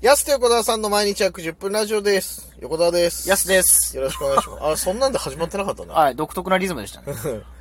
ヤスと横澤さんの毎日約10分ラジオです。横澤です。やすです。よろしくお願いします。あ、そんなんで始まってなかったな。はい、独特なリズムでしたね。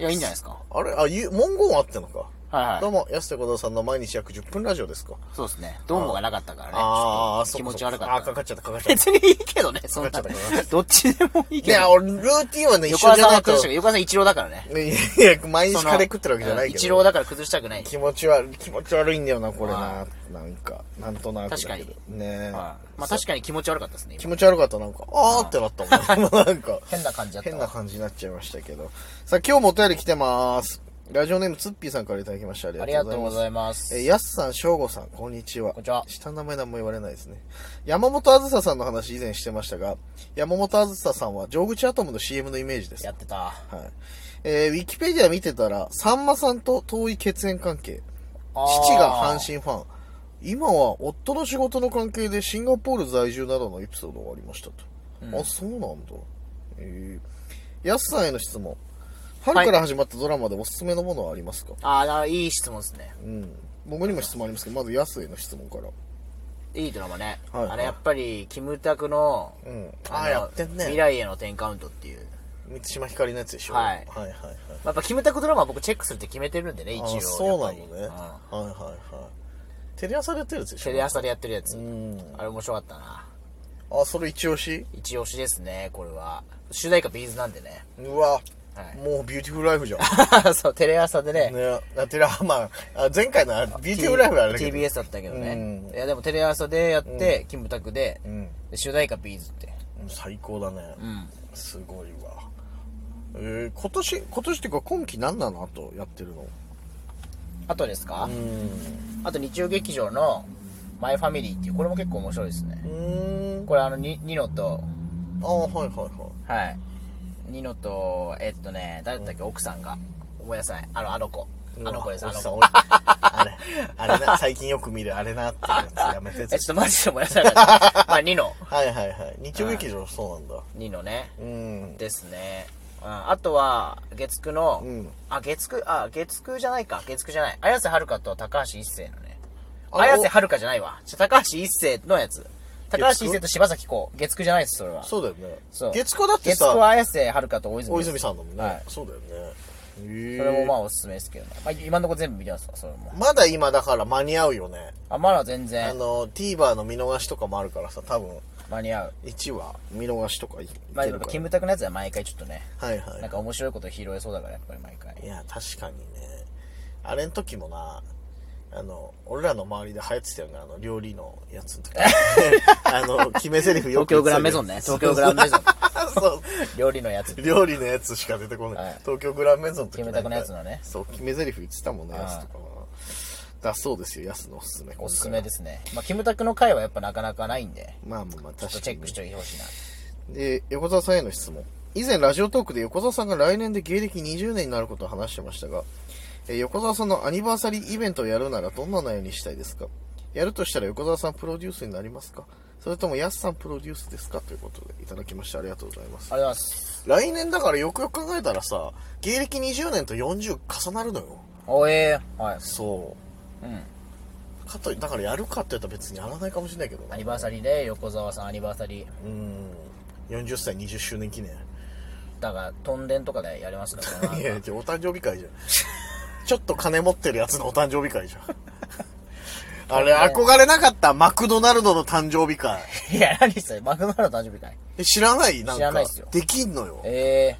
いや、いいんじゃないですか。あれあ、ゆ文言あってんのか。はいどはうも、ヤスと横澤さんの毎日約10分ラジオですか。い。そうですね。どうもがなかったからね。ああ、ちそょっと気う持そうち悪かあ、ったか。かっちゃった、かかっちゃっ 別にいいけどね、そんかなかっちゃったか。どっちでもいた。いいけや、ど。俺、ルーティンはね、一横緒田じゃさんなはいと崩し。たけど、横田さん一郎だからね。いやいや、毎日そのカレー食ってるわけじゃないけ一ど。郎だから崩したくない。気持ち悪い、気持ち悪いんだよな、これなは。なんか、なんとなくだけど確。ねえ。はいまあ確かに気持ち悪かったですね。気今持ち悪かった、なんか。あーってなったもん。 なんか。変な感じだった変なわ。感じになっちゃいましたけど。さあ、今日もお便り来てます。ラジオネームツッピーさんからいただきました。あありりがとがとううごござざいいまます。す。えー、やすさん、しょうごさん、こんにちは。こんにちは下の名前何も言われないですね。山本あずささんの話以前してましたが、山本あずささんは城口アトムの CM のイメージです。やってた。はい。えー、ウィキペディア見てたら、さんまさんと遠い血縁関係。あー父が阪神ファン。今は夫の仕事の関係でシンガポール在住などのエピソードがありましたと。うんあ、そうなんだ。えー、やすさんへの質問。春から始まったドラマでおすすめのものはありますか、あー、いい質問ですね。うん。僕にも質問ありますけど、まずやすへの質問から。いいドラマね。はいあれやっぱり、キムタクの、うん。ああのあ、やってん未ね。来への10カウントっていう。三島ひかりのやつでしょ。はいはいはいはい。やっぱキムタクドラマは僕チェックするって決めてるんでね、一あ応。ーそうなのね。やはいっぱはいはい。テレ朝でやってるやつでりしょテレ朝でやってるやつ。うん。あれ面白かったな。あ、それ一押し一押しですね、これは。主題歌ビーズなんでね。 うわ、はいもうビューティフルライフじゃん。そう、テレ朝でね。ね、だってら、まあ、あ前回のあビューティフルライフはあれだけど。 TBS だったけどうねん。いや、でもテレ朝でやって、キムタクで、うん。で主題歌ビーズって。うん最高だね。うん。すごいわ。えー、今年、今年っていうか今期何なのあとやってるのあとですか、うん。あと日曜劇場の、マイファミリーっていう、これも結構面白いですねう。ーん。これあの、にニノと、ああ、はいはいはい。はい。ニノと、えっとね、誰だったっけ、奥さんが。思い出せない。あの、あの子。あの子です、うわあおのじさん多子。いねあれ、あれな、最近よく見るあれなってやつやめてえ、ちょっとマジで思い出せなか った。まあ、ニノ。はいはいはい。日曜劇場そうなんだ。ニノね。うん。ですね。うん、あとは、月9の、うんあ、月9、あ、月9じゃないか、月9じゃない。綾瀬はるかと高橋一生のね。あ綾瀬はるかじゃないわ。じゃ高橋一生のやつ。高橋一生と柴咲コウ。月9じゃないです、それは。そうだよね。そう月9だって月9はさ、綾瀬はるかと大泉大です。泉さんだもんね。はいそうだよね。へーそれもまあおすすめですけどね。まあ、今のところ全部見てますわ、それも。まだ今だから間に合うよね。あ、まだ全あ然の、TVer の見逃しとかもあるからさ、多分、間に合う。 1話見逃しとかいいけるかまあ、ら。やっぱキムタクのやつは毎回ちょっとね、はいはい。なんか面白いこと拾えそうだから、やっぱり毎回。いや、確かにね。あれの時もな、あの、俺らの周りで流行ってたよね、あの、料理のやつの 時。あの、決め台詞よ東く言京ってグたラよンメゾ ンね。東京グランメゾン。そう。料理のやつ。料理のやつしか出てこない。はい東京グランメゾンの時キムタクのやつのねそう、決め台詞言ってたもんね、うんやつとかは。だそうですよ、やすのおすすめ。。おすすめですすね。まあ、キムタクの回はやっぱなかなかないんで、まあまあまあ、確ちかょっに。とチェックしておいてほしいな。で、横澤さんへの質問。以前ラジオトークで横澤さんが来年で芸歴20年になることを話してましたが、えー横澤さんのアニバーサリーイベントをやるならどんな内容にしたいですかやるとしたら横澤さんプロデュースになりますかそれともやすさんプロデュースですかということでいただきましてありがとうございます。ありがとうございます。来年だからよくよく考えたらさ、芸歴20年と40重なるのよ。おえー、はい。そうん。う。かといだからやるかって言ったら別にやらないかもしれないけどアなニ。バーサリーで、横澤さんアニバーサリー。うん。40歳20周年記念。だから、トンデンとかでやりますね。この いや、じゃあお誕生日会じゃん。ちょっと金持ってるやつのお誕生日会じゃ ん。あれ、憧れなかったマクドナルドの誕生日会。いや、何それ、マクドナルド誕生日会。え知らないなんか。知らないっすよできんのよ。え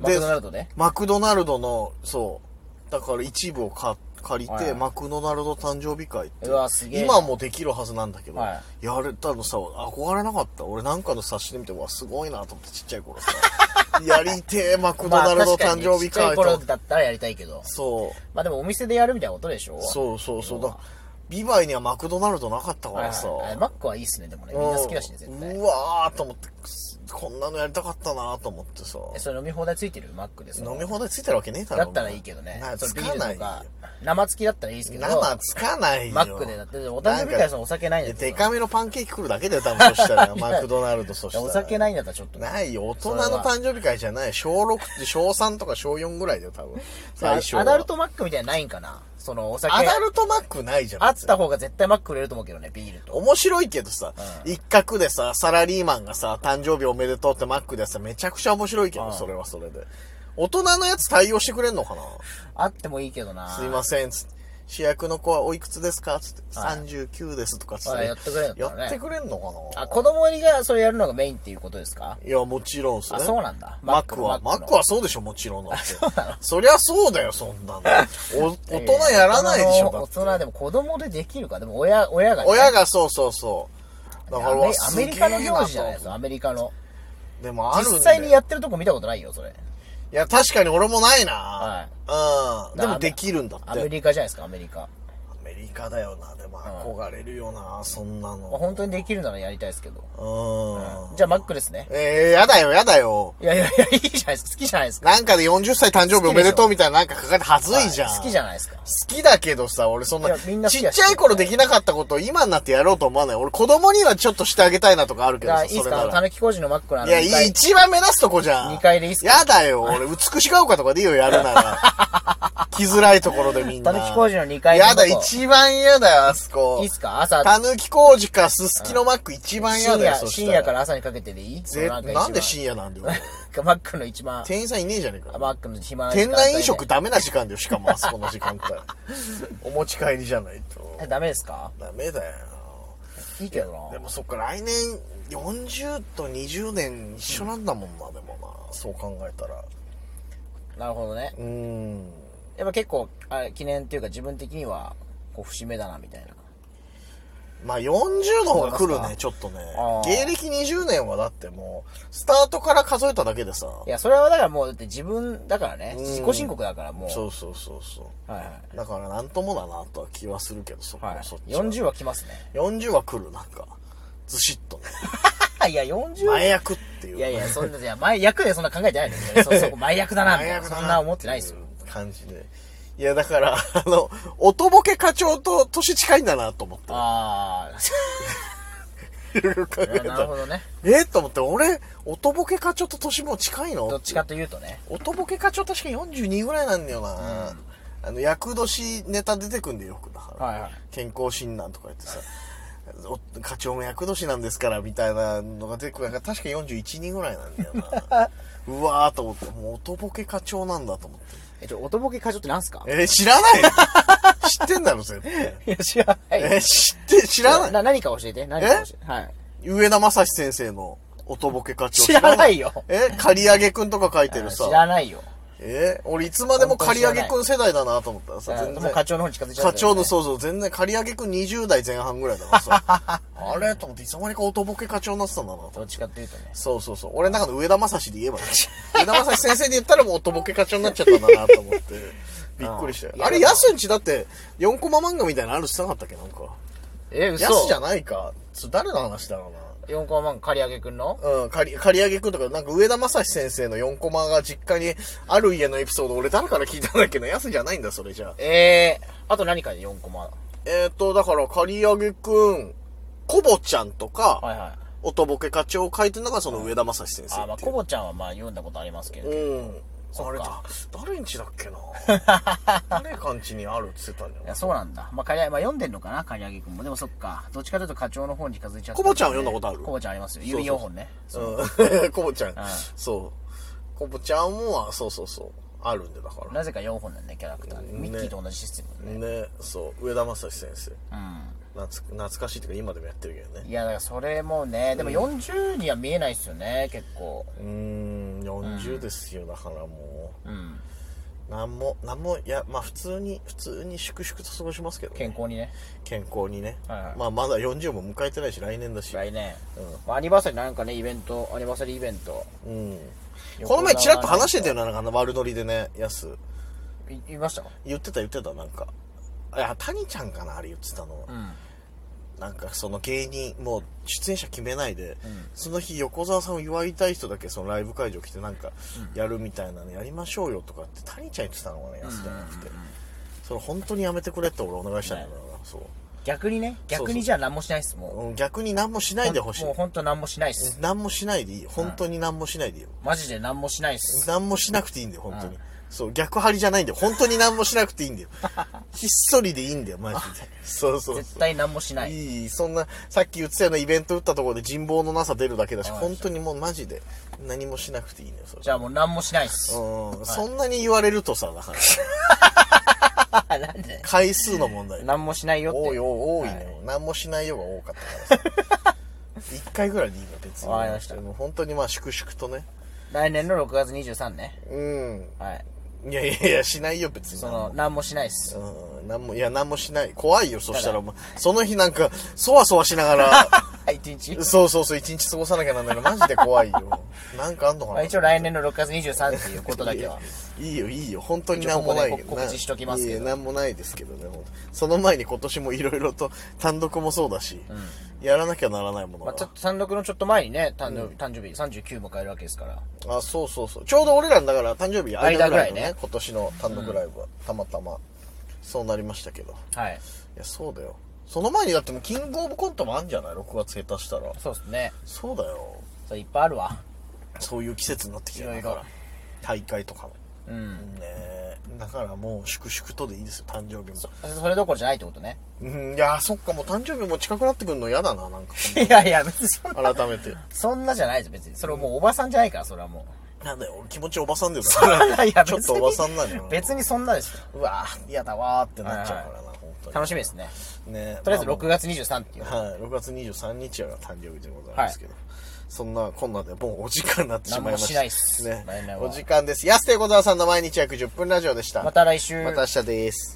ー、マでクドナルドでマクドナルドの、そう。だから一部をか借りて、はいマクドナルド誕生日会って。うわすげえ今もできるはずなんだけど、はやれたのさ、憧れなかった。俺なんかの冊子で見て、うわ、すごいなと思ってちっちゃい頃さ。 やりてえ、マクドナルド誕生日まあ確かにちっちゃ会いと思頃って。だったらやりたいけど。そう。まあでもお店でやるみたいなことでしょそうそうそう。要はだビバイにはマクドナルドなかったかはいらはいさ。あマックはいいっすね、でもね。みんな好きだしね、絶う対ん。うわーと思って、くすこんなのやりたかったなーと思ってさ。えそれ飲み放題ついてるマックでその飲み放題ついてるわけねえだろ。だったらいいけどねな。そのつビーかルなといよ。か生付きだったらいいですけど。生つかないよ。マックでだって、お誕生日会さ、お酒ないんだでったかめのパンケーキ来るだけだよ、多分そした ら。マクドナルドそしたら。ら。お酒ないんだったらちょっとね。ないよ。大人の誕生日会じゃない。小6、小3とか小4ぐらいだよ、多分。最初は。アダルトマックみたいなのないんかなそのお酒アダルトマックないじゃん。あっ別にた方が絶対マック売れると思うけどね、ビールと。面白いけどさ、うん一角でさ、サラリーマンがさ、誕生日おめでとうってマックでさ、めちゃくちゃ面白いけど、うんそれはそれで。大人のやつ対応してくれんのかなあってもいいけどな。すいません、つって。主役の子はおいくつですかつって。はい39ですとかつっあて。やってくれんのかやなってくれんのかなあ、子供にがそれやるのがメインっていうことですかいや、もちろんすね。あそうなんだマックは、ママッックのクはそうでしょ、もちろんだって。そりゃそうだよ、そんなの。お、大人やらないでしょ、だ大って人の大人でも子供でできるか。でも親、親がね、親がそうそうそう。だから、アメわアメリカのすげえな行事じゃないですか、アメリカの。でもあるんだよ実際にやってるとこ見たことないよ、それ。いや、確かに俺もないな。うん。でだもできるんだって。アアメメリカじゃないですか、アメリカ。まリカだよな。でも憧れるよな、そんなあ、の。本当にできるならやりたいですけど。うん。じゃあ、マックですね。えー、やだよ、やだよ。いやいやいや、いいじゃないですか。好きじゃないですか。なんかで40歳誕生日おめでとうみたいななんか書かれてはずいじゃん。はい好きじゃないですか。好きだけどさ、俺そんいな、やみんな好ちきっだしちゃい頃できなかったことを今になってやろうと思わない。俺子供にはちょっとしてあげたいなとかあるけいどやさ、いいですそれか、あなの、たら。ぬき工事のマックのあいのや、二階い一番目指すとこじゃん。二階でいいっすかやだよ、俺、美しが丘とかでいいよ、やる なら。来づらいところでみんな。たぬき工事の二階のやだ、とこ一番嫌だよ、あそこ。いいっすか朝、たぬき工事か、すすきのマック一番嫌深だよ、夜、そした深ら夜から朝にかけてでいいぜそのなんで深夜夜なんだよ。俺 マックの一番、店員さんいねえじゃねえか。マックの暇な時店間帯内飲食ダメな時間だよ、し かもあそこの時間帯。お持ち帰りじゃないと。えダメですかダメだよ。いいけどな。でもそっか、来年40と20年一緒なんだもんな、でもな。そう考えたら。なるほどね。うーん。やっぱ結構、あれ記念っていうか自分的には、こう、節目だな、みたいな。まあ40の方が来るそうですね、かちょっとねあ。ー芸歴20年はだってもう、スタートから数えただけでさ。いや、それはだからもう、だって自分だからね、うん自己申告だからもう。そうそうそうそう。はいはだからなんともだなとは気はするけど、そこい。は、はいそっちは。 40は 来ますね。 40は来る、なんか。ずしっとね。いや、40は。 前役っていう。いやいや、そんな、いや、前役でそんな考えてないですよね。そ、そこ、前役だな、みたいな。そんな思ってないですよ。。感じで。いや、だから、 あの、おとぼけ課長と年近いんだなと思って。ああ、いろいろ考えた なるらほどね。えーと思って、俺、おとぼけ課長と年も近いのどっちかというとね。おとぼけ課長確か42ぐらいなんだよな。あの、厄年ネタ出てくんでよくだから。はいはい健康診断とか言ってさ。お課長も厄年なんですからみたいなのが出てくるから確か41人ぐらいなんだよ なうわーと思ってもうおとぼけ課長なんだと思ってえ、ちょ、おとぼけ課長ってなんすかえー知らない知ってんだろ、絶対。 いや、知らなえー知って、知らないな、何か教えて。何か教えて。はい。上田正史先生のおとぼけ課長。知らないよえ刈り上げくんとか書いてるさ知。らないよ。え俺いつまでも刈り上げくん世代だなと思ったらさ、あ全もう然。課長の方に近づいちゃった、課長の、そうそう、全然、刈り上げくん20代前半ぐらいだからさ。 あれと思って、いつの間にかおとぼけ課長になってたんだなと。どっちかというとね。そうそうそう。俺の中の上田正史で 言えばいい。上田正史先生で言ったらもうおとぼけ課長になっちゃったんだなと思 って。びっくりしたよ。うんあれ、安んちだって、4コマ漫画みたいなのあるってなかったっけなんか。え、やす嘘じゃないか。それ誰の話だろう4コマ漫画、刈り上げくんのな。うん、借り、借り上げくんとか、なんか上田正史先生の4コマが実家にある家のエピソード、俺誰から聞いたんだっけな、やすじゃないんだ、それじゃあ。えー、あと何かで4コマ。えっ、ー、と、だから、借り上げくん、コボちゃんとか、はいはい。おとぼけ課長を書いてるのがその上田正史先生あ、まあ、っていコう。ボちゃんはまあ読んだことありますけど。うん。そっかあれだ、誰んちだっけ な誰かんちにあるって言ってたんだよいなや、。そうなんだ。まあ、刈り上げ、まあ、読んでんのかな、刈り上げくんも。でもそっか。どっちかというと課長の方に近づいちゃっコた。ボちゃんは読んだことあるコボちゃんありますよ。そう指4本ね。うん。 コボちゃんん。そう。コボちゃんも、あそうそうそう。あるんで、だから。なぜか4本なんだね、キャラクター。ねミッキーと同じシステムだね。ねそう上田正史先生う懐懐かしいっていうか今でもやってるけどん。ねいや、だからそれもね、でも40には見えないっすよね、結構。うーん40ですよ、だからもうん。うなんもなんもいやまあ普通に普通に粛々と過ごしますけど、ね、健康にね。健康にね、はいはいまあまだ40も迎えてないし来年だし来年。うんまあアニバーサリーなんかね、イベント、アニバーサリーイベント。うん横この前ちらっと話してたよななんかあの悪ノリでねやすい、いましたか言ってた言ってたなんかいや谷ちゃんかなあれ言ってたの、うん。なんかその芸人もう出演者決めないで、その日横澤さんを祝いたい人だけそのライブ会場来てなんかやるみたいなのやりましょうよとかって谷ちゃん言ってたのがね安じゃなくて、それ本当にやめてくれって俺お願いしたんだからな、そう逆にね、そう逆にじゃあ何もしないっす、もうん逆に何もしなう。いでほしいもう本当何もしないっす。何もしないでいい本当に何もしないでいいよ、マジで何もしないっす。何もしなくていいんだよ本当に、そう、逆張りじゃないんだよ。本当に何もしなくていいんだ よ。ひっそりでいいんだよ、マジで。そうそうそう。絶対何もしない。いい、そんな、さっき言ってたようなイベント打ったところで人望のなさ出るだけだし、はい本当にもうマジで何もしなくていいのよ、それじゃあもう何もしないっす。うん、そんなに言われるとさ、だから、なん で回数の問題。何もしないよって。多い、多いのよ。何もしないよが多かったか らさ。一回ぐらいでいいの、別に。わかりましたでも本当にまあ、粛々とね。来年の6月23ね。うん。はい。いやいやいや、しないよ、別に。その、何もしないっす。うん、なんも、いや、なんもしない。怖いよ、そしたらもう、その日なんか、そわそわしなが ら、はい、1日。そうそうそう、一日過ごさなきゃなんないの、マジで怖いよ。なんかあんのかまなあ一応来年の6月23っていうことだけは。いいよ、いいよ、本当になんもないけ一応どここで告知しときますけどいや、なんもないですけどね、ほんとその前に今年もいろいろと、単独もそうだし、やらなきゃならないものまあ、がちょっと単独のちょっと前にね、誕生日、誕生日39迎えるわけですから。あ、そうそうそう。ちょうど俺らのだから、誕生日間ぐらいのね、間ぐらいね今年の単独ライブは、たまたま、そうなりましたけど。はい。いや、そうだよ。その前にだってもうキングオブコントもあんじゃない ?6 月下手したら。そうですね。そうだよ。それいっぱいあるわ。そういう季節になってきてるいろかいらろ。大会とかも。うん。ねえだからもう粛々とでいいですよ、誕生日も。それどころじゃないってことね。うん、いや、そっか、もう誕生日も近くなってくるの嫌だな、なんか。 いやいや、別にそんな、改めて。そんなじゃないです、別に。それはもうおばさん じゃないから、それはもなんだよ、俺気持ちおばさんだよ。 う。い や、ちょっとおばさんなのよ。別にそんなですよ。うわぁ、嫌だわーってなっちゃうからな、本当に。楽しみですね。ねとりあえずま6月23っていう。あはい、6月23日が誕生日でございますけど、そんなこんなでもうお時間になってしまいました。何もしないっすね来年。はお時間です。安手小沢さんの毎日約10分ラジオでした。また来週。また明日です。